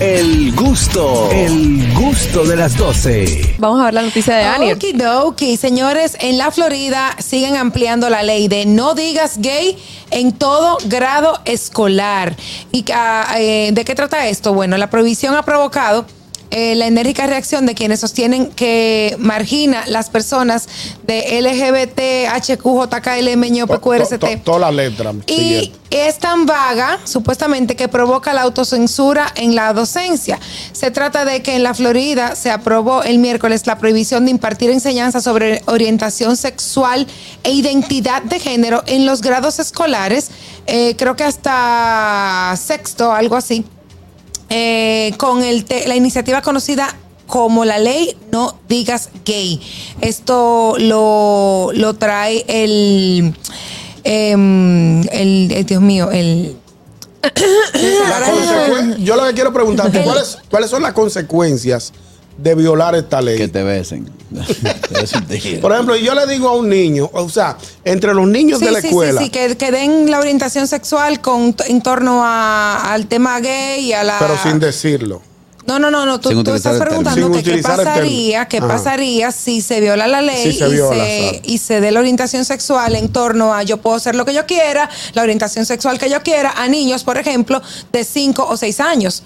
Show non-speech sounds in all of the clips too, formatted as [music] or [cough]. El gusto, el gusto de las 12. Vamos a ver la noticia Ah, de Anier. Okidoki, señores, en la Florida siguen ampliando la ley de no digas gay en todo grado escolar. ¿Y ah, eh, de qué trata esto? Bueno, la prohibición ha provocado eh, la enérgica reacción de quienes sostienen que margina las personas de LGBT, HQ, JKL, To- to- to- PQRST. Todas las letras. Y siguiente. es tan vaga, supuestamente, que provoca la autocensura en la docencia. Se trata de que en la Florida se aprobó el miércoles la prohibición de impartir enseñanza sobre orientación sexual e identidad de género en los grados escolares, eh, creo que hasta sexto, algo así, eh, con el te- la iniciativa conocida como la ley No Digas Gay. Esto lo, lo trae el, em, el, eh, Dios mío, el... La consecuen- Yo lo que quiero [laughs] preguntarte, ¿cuáles, ¿cuáles son las consecuencias de violar esta Que ley? te besen. Te besen, te quiero. Por ejemplo, yo le digo a un niño, o sea, entre los niños Sí, de la sí, escuela, sí, sí, que, que den la orientación sexual con, en torno a- al tema gay y a la... pero sin decirlo. No, no, no, no. Tú, Sin tú estás utilizar el término. preguntando Sin que qué utilizar el término. pasaría, qué Ajá. pasaría si se viola la ley Si se viola, y, exacto. se, y se dé la orientación sexual en torno a yo puedo hacer lo que yo quiera, la orientación sexual que yo quiera, a niños, por ejemplo, de 5 o 6 años.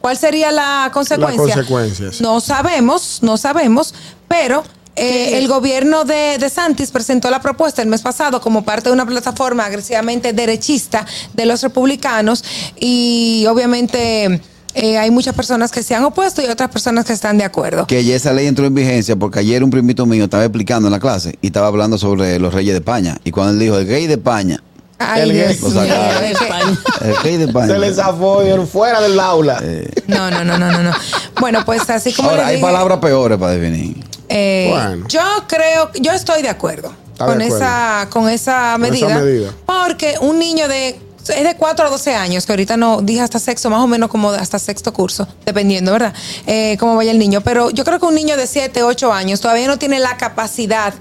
¿Cuál sería la consecuencia? consecuencias. No sabemos, no sabemos, pero... eh, el gobierno de, de Santis presentó la propuesta el mes pasado como parte de una plataforma agresivamente derechista de los republicanos y obviamente eh, hay muchas personas que se han opuesto y otras personas que están de acuerdo. Que ya esa ley entró en vigencia porque ayer un primito mío estaba explicando en la clase y estaba hablando sobre los reyes de España. Y cuando él dijo, el gay de España, Ay, El Dios gay. Lo sacaron. mío, es que- el gay de España. Se les zafó y fuera del aula. Eh. No, no, no, no, no, no. Bueno, pues así como Ahora, les hay dije, palabras peores para definir. eh, Bueno. yo creo, yo estoy de acuerdo Está de con acuerdo. esa con esa Con esa medida, medida. porque un niño de es de 4 a 12 años, que ahorita no dije hasta sexto, más o menos como hasta sexto curso, dependiendo, ¿verdad? Eh, cómo vaya el niño. Pero yo creo que un niño de 7, 8 años todavía no tiene la capacidad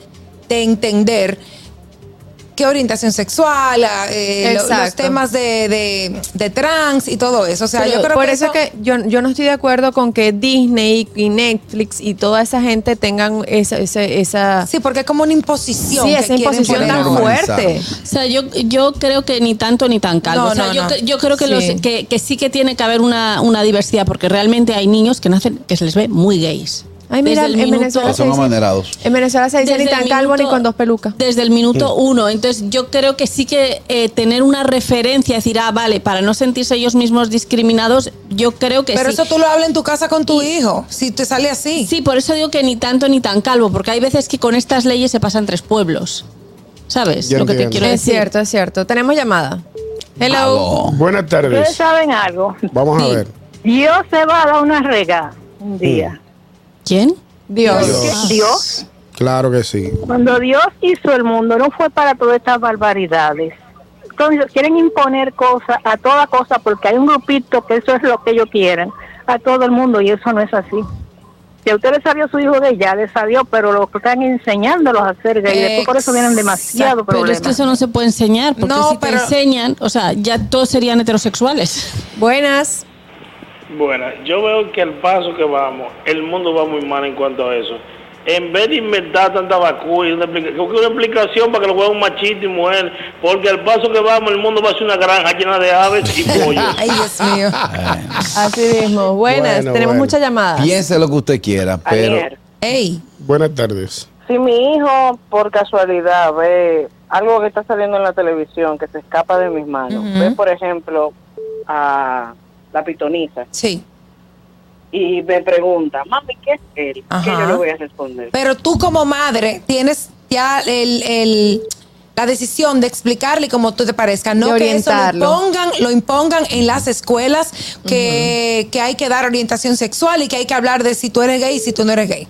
de entender qué orientación sexual, ah, eh, lo- los Exacto. temas de, de- de trans y todo eso. O sea, Pero yo creo por que eso es eso- que yo, yo no estoy de acuerdo con que Disney y Netflix y toda esa gente tengan esa... esa, esa Sí, porque es como una imposición. sí, que esa quieren imposición poner. tan normalizar. fuerte. O sea, yo, yo creo que ni tanto ni tan calvo. No, o sea, no, yo, no. cre- yo creo que, Sí. los, que, que sí que tiene que haber una, una diversidad, porque realmente hay niños que nacen, que se les ve muy gays. Ay, mira, Desde en el minuto- Venezuela, Que se son dice, amanerados. en Venezuela se dice ni Desde tan el calvo ni minuto- con dos pelucas. Desde el minuto uno. Entonces, yo creo que sí que eh, tener una referencia, decir, ah, vale, para no sentirse ellos mismos discriminados, yo creo que Pero sí. eso tú lo hablas en tu casa con tu hijo, si te sale así. Sí, por eso digo que ni tanto ni tan calvo, porque hay veces que con estas leyes se pasan tres pueblos. ¿Sabes? Yo lo que te entiendo. quiero Es decir. cierto, es cierto. Tenemos llamada. Hello. Aló. Buenas Ustedes tardes. saben algo. Vamos a ver. Dios se va a dar una rega un día. ¿Quién? Dios. Que Dios, Claro que sí. cuando Dios hizo el mundo, no fue para todas estas barbaridades. Entonces quieren imponer cosas a toda cosa porque hay un grupito que eso es lo que ellos quieren a todo el mundo y eso no es así. Si a ustedes salió su hijo de ella, les salió, pero lo que están enseñándolos a hacer gay, después por eso vienen demasiado Pero es problemas. que eso no se puede enseñar, porque No, si te pero- enseñan, o sea, ya todos serían heterosexuales. Buenas. Bueno, yo veo que al paso que vamos, el mundo va muy mal en cuanto a eso. En vez de inventar tanta vacuna, y una, explica- que busque una explicación para que lo jueguen machito y mujer, porque al paso que vamos, el mundo va a ser una granja llena de aves [laughs] y pollos. Ay, Dios mío. Así mismo. Buenas. Bueno, Tenemos bueno. muchas llamadas. Piense lo que usted quiera, pero. Ey, Buenas tardes. Si mi hijo, por casualidad, ve algo que está saliendo en la televisión que se escapa de mis manos, Ujú. ve, por ejemplo, a la pitoniza sí. y me pregunta, mami, ¿qué es él? ¿Qué Ajá. yo le voy a responder? Pero tú como madre tienes ya el, el- la decisión de explicarle como tú te parezca, no De que eso lo orientarlo. impongan, lo impongan en las escuelas, que, que hay que dar orientación sexual y que hay que hablar de si tú eres gay y si tú no eres gay.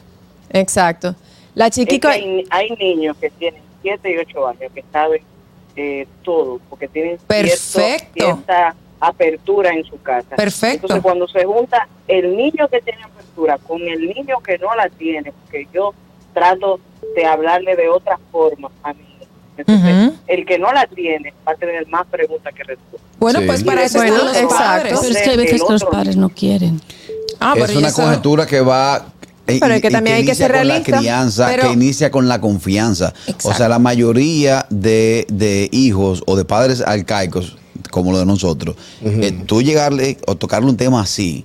Exacto. La Es que chiquico. hay, hay niños que tienen 7 y 8 años que saben eh, todo, porque tienen cierto- Perfecto. cierta apertura en su casa. Perfecto. Entonces, cuando se junta el niño que tiene apertura con el niño que no la tiene, porque yo trato de hablarle de otra forma a mi hijo, Entonces, el que no la tiene va a tener más preguntas que respuestas. Bueno, Sí. pues para eso Bueno, están los exacto. padres. Pero es que hay veces que los padres no quieren. Ah, es pero una ya saben. conjetura que va. eh, Pero es y- que y también hay que inicia ser con realista. La crianza, Pero- que inicia con la confianza. O sea, Exacto. la mayoría de, de hijos o de padres arcaicos, como lo de nosotros, eh, tú llegarle o tocarle un tema así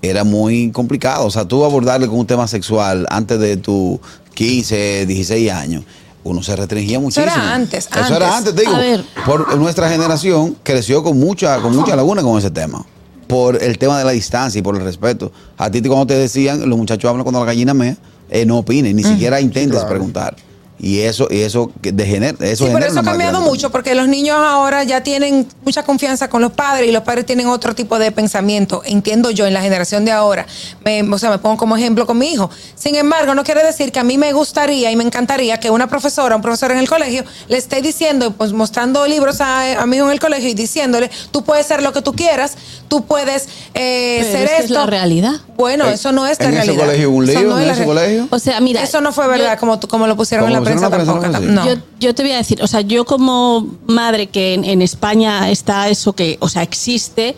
era muy complicado. O sea, tú abordarle con un tema sexual antes de tus 15, 16 años. Uno se restringía muchísimo. antes, Eso era antes. antes, te digo. A ver. Por nuestra generación creció con mucha, con mucha laguna con ese tema. Por el tema de la distancia y por el respeto. A ti cuando te decían, los muchachos hablan cuando la gallina mea, eh, no opinen, Mm. ni siquiera intentes claro. preguntar. Y eso, y eso que degenera. Sí, Eso pero genera eso ha una mala cambiado crianza. mucho porque los niños ahora ya tienen mucha confianza con los padres y los padres tienen otro tipo de pensamiento. Entiendo yo en la generación de ahora. Me- o sea, me pongo como ejemplo con mi hijo. Sin embargo, no quiere decir que a mí me gustaría y me encantaría que una profesora, un profesor en el colegio, le esté diciendo, pues mostrando libros a, a mi hijo en el colegio y diciéndole, tú puedes ser lo que tú quieras, tú puedes eh, Pero ser es que es esto. la realidad. Bueno, Eh, eso no es la en realidad. ese colegio hubo un Eso lío, no es en la ese real- colegio. O sea, mira. eso no fue verdad, como, tú- como lo pusieron Como en la lo prensa pusieron en la prensa, tampoco. no, No. Yo, yo te voy a decir, o sea, yo como madre que en, en España está eso que, o sea, existe,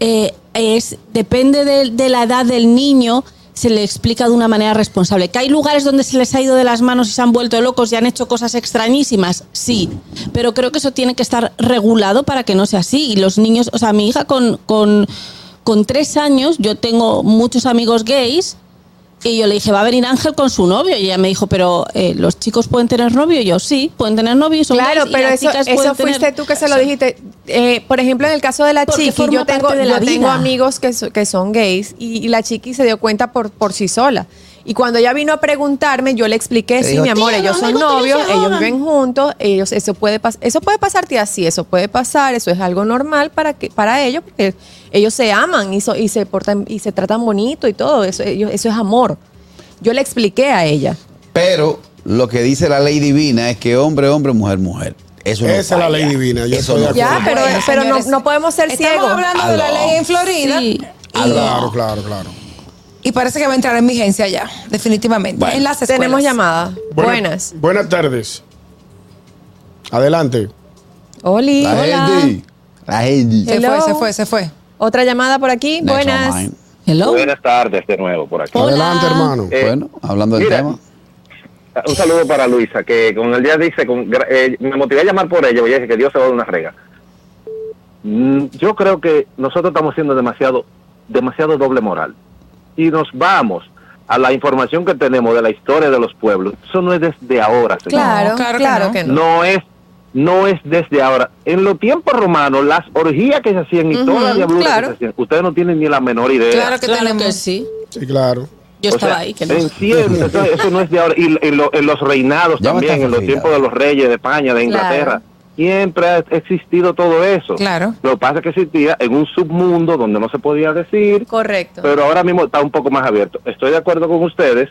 eh, es depende de, de la edad del niño, se le explica de una manera responsable. Que hay lugares donde se les ha ido de las manos y se han vuelto locos y han hecho cosas extrañísimas, sí, pero creo que eso tiene que estar regulado para que no sea así. Y los niños, o sea, mi hija con, con, con tres años, yo tengo muchos amigos gays. Y yo le dije, va a venir Ángel con su novio. Y ella me dijo, pero eh, ¿los chicos pueden tener novio? Y yo, sí, pueden tener novio. y Son Claro, gays, y pero las eso, chicas eso pueden fuiste tener-". tú que se lo O sea, dijiste. Eh, por ejemplo, en el caso de la Porque chiqui, forma yo tengo, parte de la yo tengo vida. amigos que, so- que son gays y, y la chiqui se dio cuenta por, por sí sola. Y cuando ella vino a preguntarme, yo le expliqué, Te sí, dijo, mi amor, "Tía, ellos los son amigos tuyos novios, se ellos jodan". viven juntos, ellos, eso puede pasar, eso puede pasarte así, eso puede pasar, eso es algo normal para que, para ellos, porque ellos se aman y, so- y se portan y se tratan bonito y todo, eso, ellos- eso es amor. Yo le expliqué a ella. Pero lo que dice la ley divina es que hombre, hombre, mujer, mujer. Eso no Esa es la falla. ley divina, yo Eso estoy no de Ya, falla. ah, pero, Bueno, pero no, señores, no podemos ser Estamos ciegos. hablando de la Aló. ley en Florida Sí. Claro, claro, claro. y parece que va a entrar en vigencia ya, definitivamente. Bueno. en las escuelas. Tenemos llamada. Buenas. Buenas tardes. Adelante. Oli. La hola. gente. La gente. Se Hello. fue, se fue, se fue. Otra llamada por aquí. Next Buenas. online. Hello. Buenas tardes de nuevo por aquí. Hola. Adelante, hermano. Eh, bueno, hablando del mira, tema. Un saludo para Luisa, que con el día dice, con, gra- eh, me motivé a llamar por ella, porque ella dice que Dios se va a dar una rega. Mm, Yo creo que nosotros estamos siendo demasiado, demasiado doble moral. Y nos vamos a la información que tenemos de la historia de los pueblos. Eso no es desde ahora, señor. Claro, No, claro claro, que no. que no. no es no es desde ahora. En los tiempos romanos, las orgías que se hacían y Ujú, todas las diabluras claro. que se hacían, ustedes no tienen ni la menor idea. Claro que Claro tenemos. que sí. Sí, claro. Yo O estaba sea, ahí, que no. En [laughs] cierto, eso, eso no es de ahora. Y en, lo- en los reinados Ya me también, está en los fastidiado. tiempos de los reyes de España, de Inglaterra, Claro. siempre ha existido todo eso. Claro. Lo que pasa es que existía en un submundo donde no se podía decir, Correcto. pero ahora mismo está un poco más abierto. Estoy de acuerdo con ustedes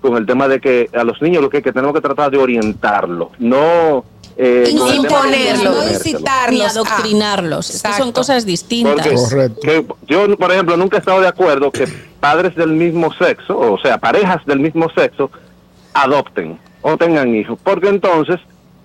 con el tema de que a los niños lo que, que tenemos que tratar de orientarlo, no eh, con el tema de Imponerlo. no imponérselo. incitarlos. Ni a- ah. adoctrinarlos. Es que Exacto. son cosas distintas. Porque Correcto. que yo, por ejemplo, nunca he estado de acuerdo que padres del mismo sexo, o sea, parejas del mismo sexo, adopten o tengan hijos. Porque entonces,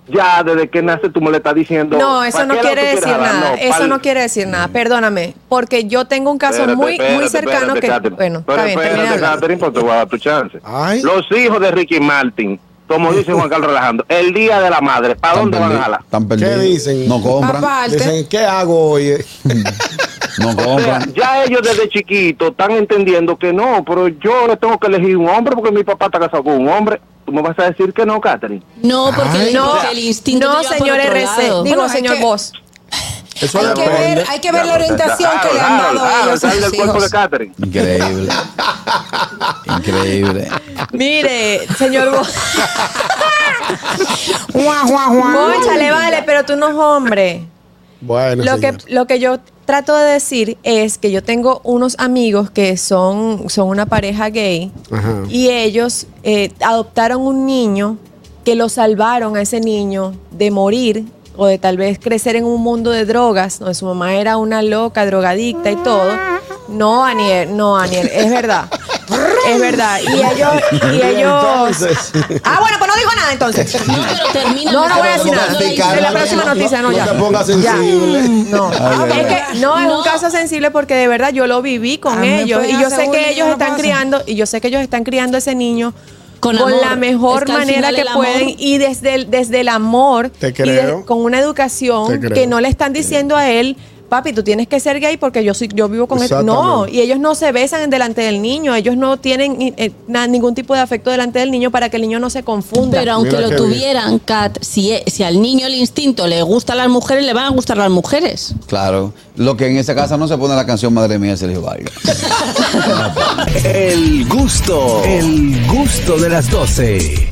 ya desde que nace tú me le estás diciendo... No, eso ¿para no qué lado quiere tú quieres decir jalar? nada. eso pal- no quiere decir nada. Perdóname, porque yo tengo un caso Mm. Espérate, muy muy espérate, cercano espérate, que Catherine. bueno, Pero está bien, espérate, termina de hablar. Catherine, porque te voy a dar tu chance. Ay. Los hijos de Ricky Martin, como dice Juan Carlos Alejandro, el día de la madre, ¿para dónde van a jalar? Están perdidos. dicen? No compran. Aparte. Dicen, ¿qué hago hoy? [laughs] No O sea, compran. ya ellos desde chiquitos están entendiendo que no, pero yo le tengo que elegir un hombre porque mi papá está casado con un hombre. ¿Tú me vas a decir que no, Catherine? No, porque, Ay, No, porque el instinto no, te lleva por señor otro RC, lado. digo Bueno, hay señor que- vos. Eso Hay que depende. ver, hay que ver la orientación que le han dado a ellos. a Sale sus del cuerpo de hijos. Catherine. Increíble. Increíble. Mire, señor vos. [laughs] Guau, guau, guau. Cónchale, vale, pero tú no es hombre. Bueno, lo que, señor. lo que yo trato de decir es que yo tengo unos amigos que son, son una pareja gay Ajá. y ellos eh, adoptaron un niño que lo salvaron a ese niño de morir o de tal vez crecer en un mundo de drogas, donde su mamá era una loca, drogadicta y todo. No, Aniel, no, Aniel, es verdad. Es verdad. Y ellos, [laughs] y ellos. Ah, bueno, pues no digo nada entonces. No, pero termina. No, no voy a Pero decir no nada. te De calma, la próxima no, noticia, no, No ya. te pongas Ya. sensible. No, Ay, Ah, es que no es No. un caso sensible porque de verdad yo lo viví A con mí me ellos y pueden yo hacer sé bullying, que ellos no están pasa. criando y yo sé que ellos están criando a ese niño Con con, amor. la mejor Es que al manera final que el amor- pueden y desde el, desde el amor Te y creo. de- con una Te educación creo. que no le están diciendo a él Papi, tú tienes que ser gay porque yo soy, yo vivo con él. No, Exactamente. y ellos no se besan delante del niño, ellos no tienen eh, na- ningún tipo de afecto delante del niño para que el niño no se confunda. Pero aunque Mira lo qué bien. tuvieran, Kat, si, e- si al niño el instinto le gusta a las mujeres, le van a gustar las mujeres. Claro. Lo que en esa casa no se pone la canción Madre mía, Sergio Vargas. El gusto, el gusto de las 12.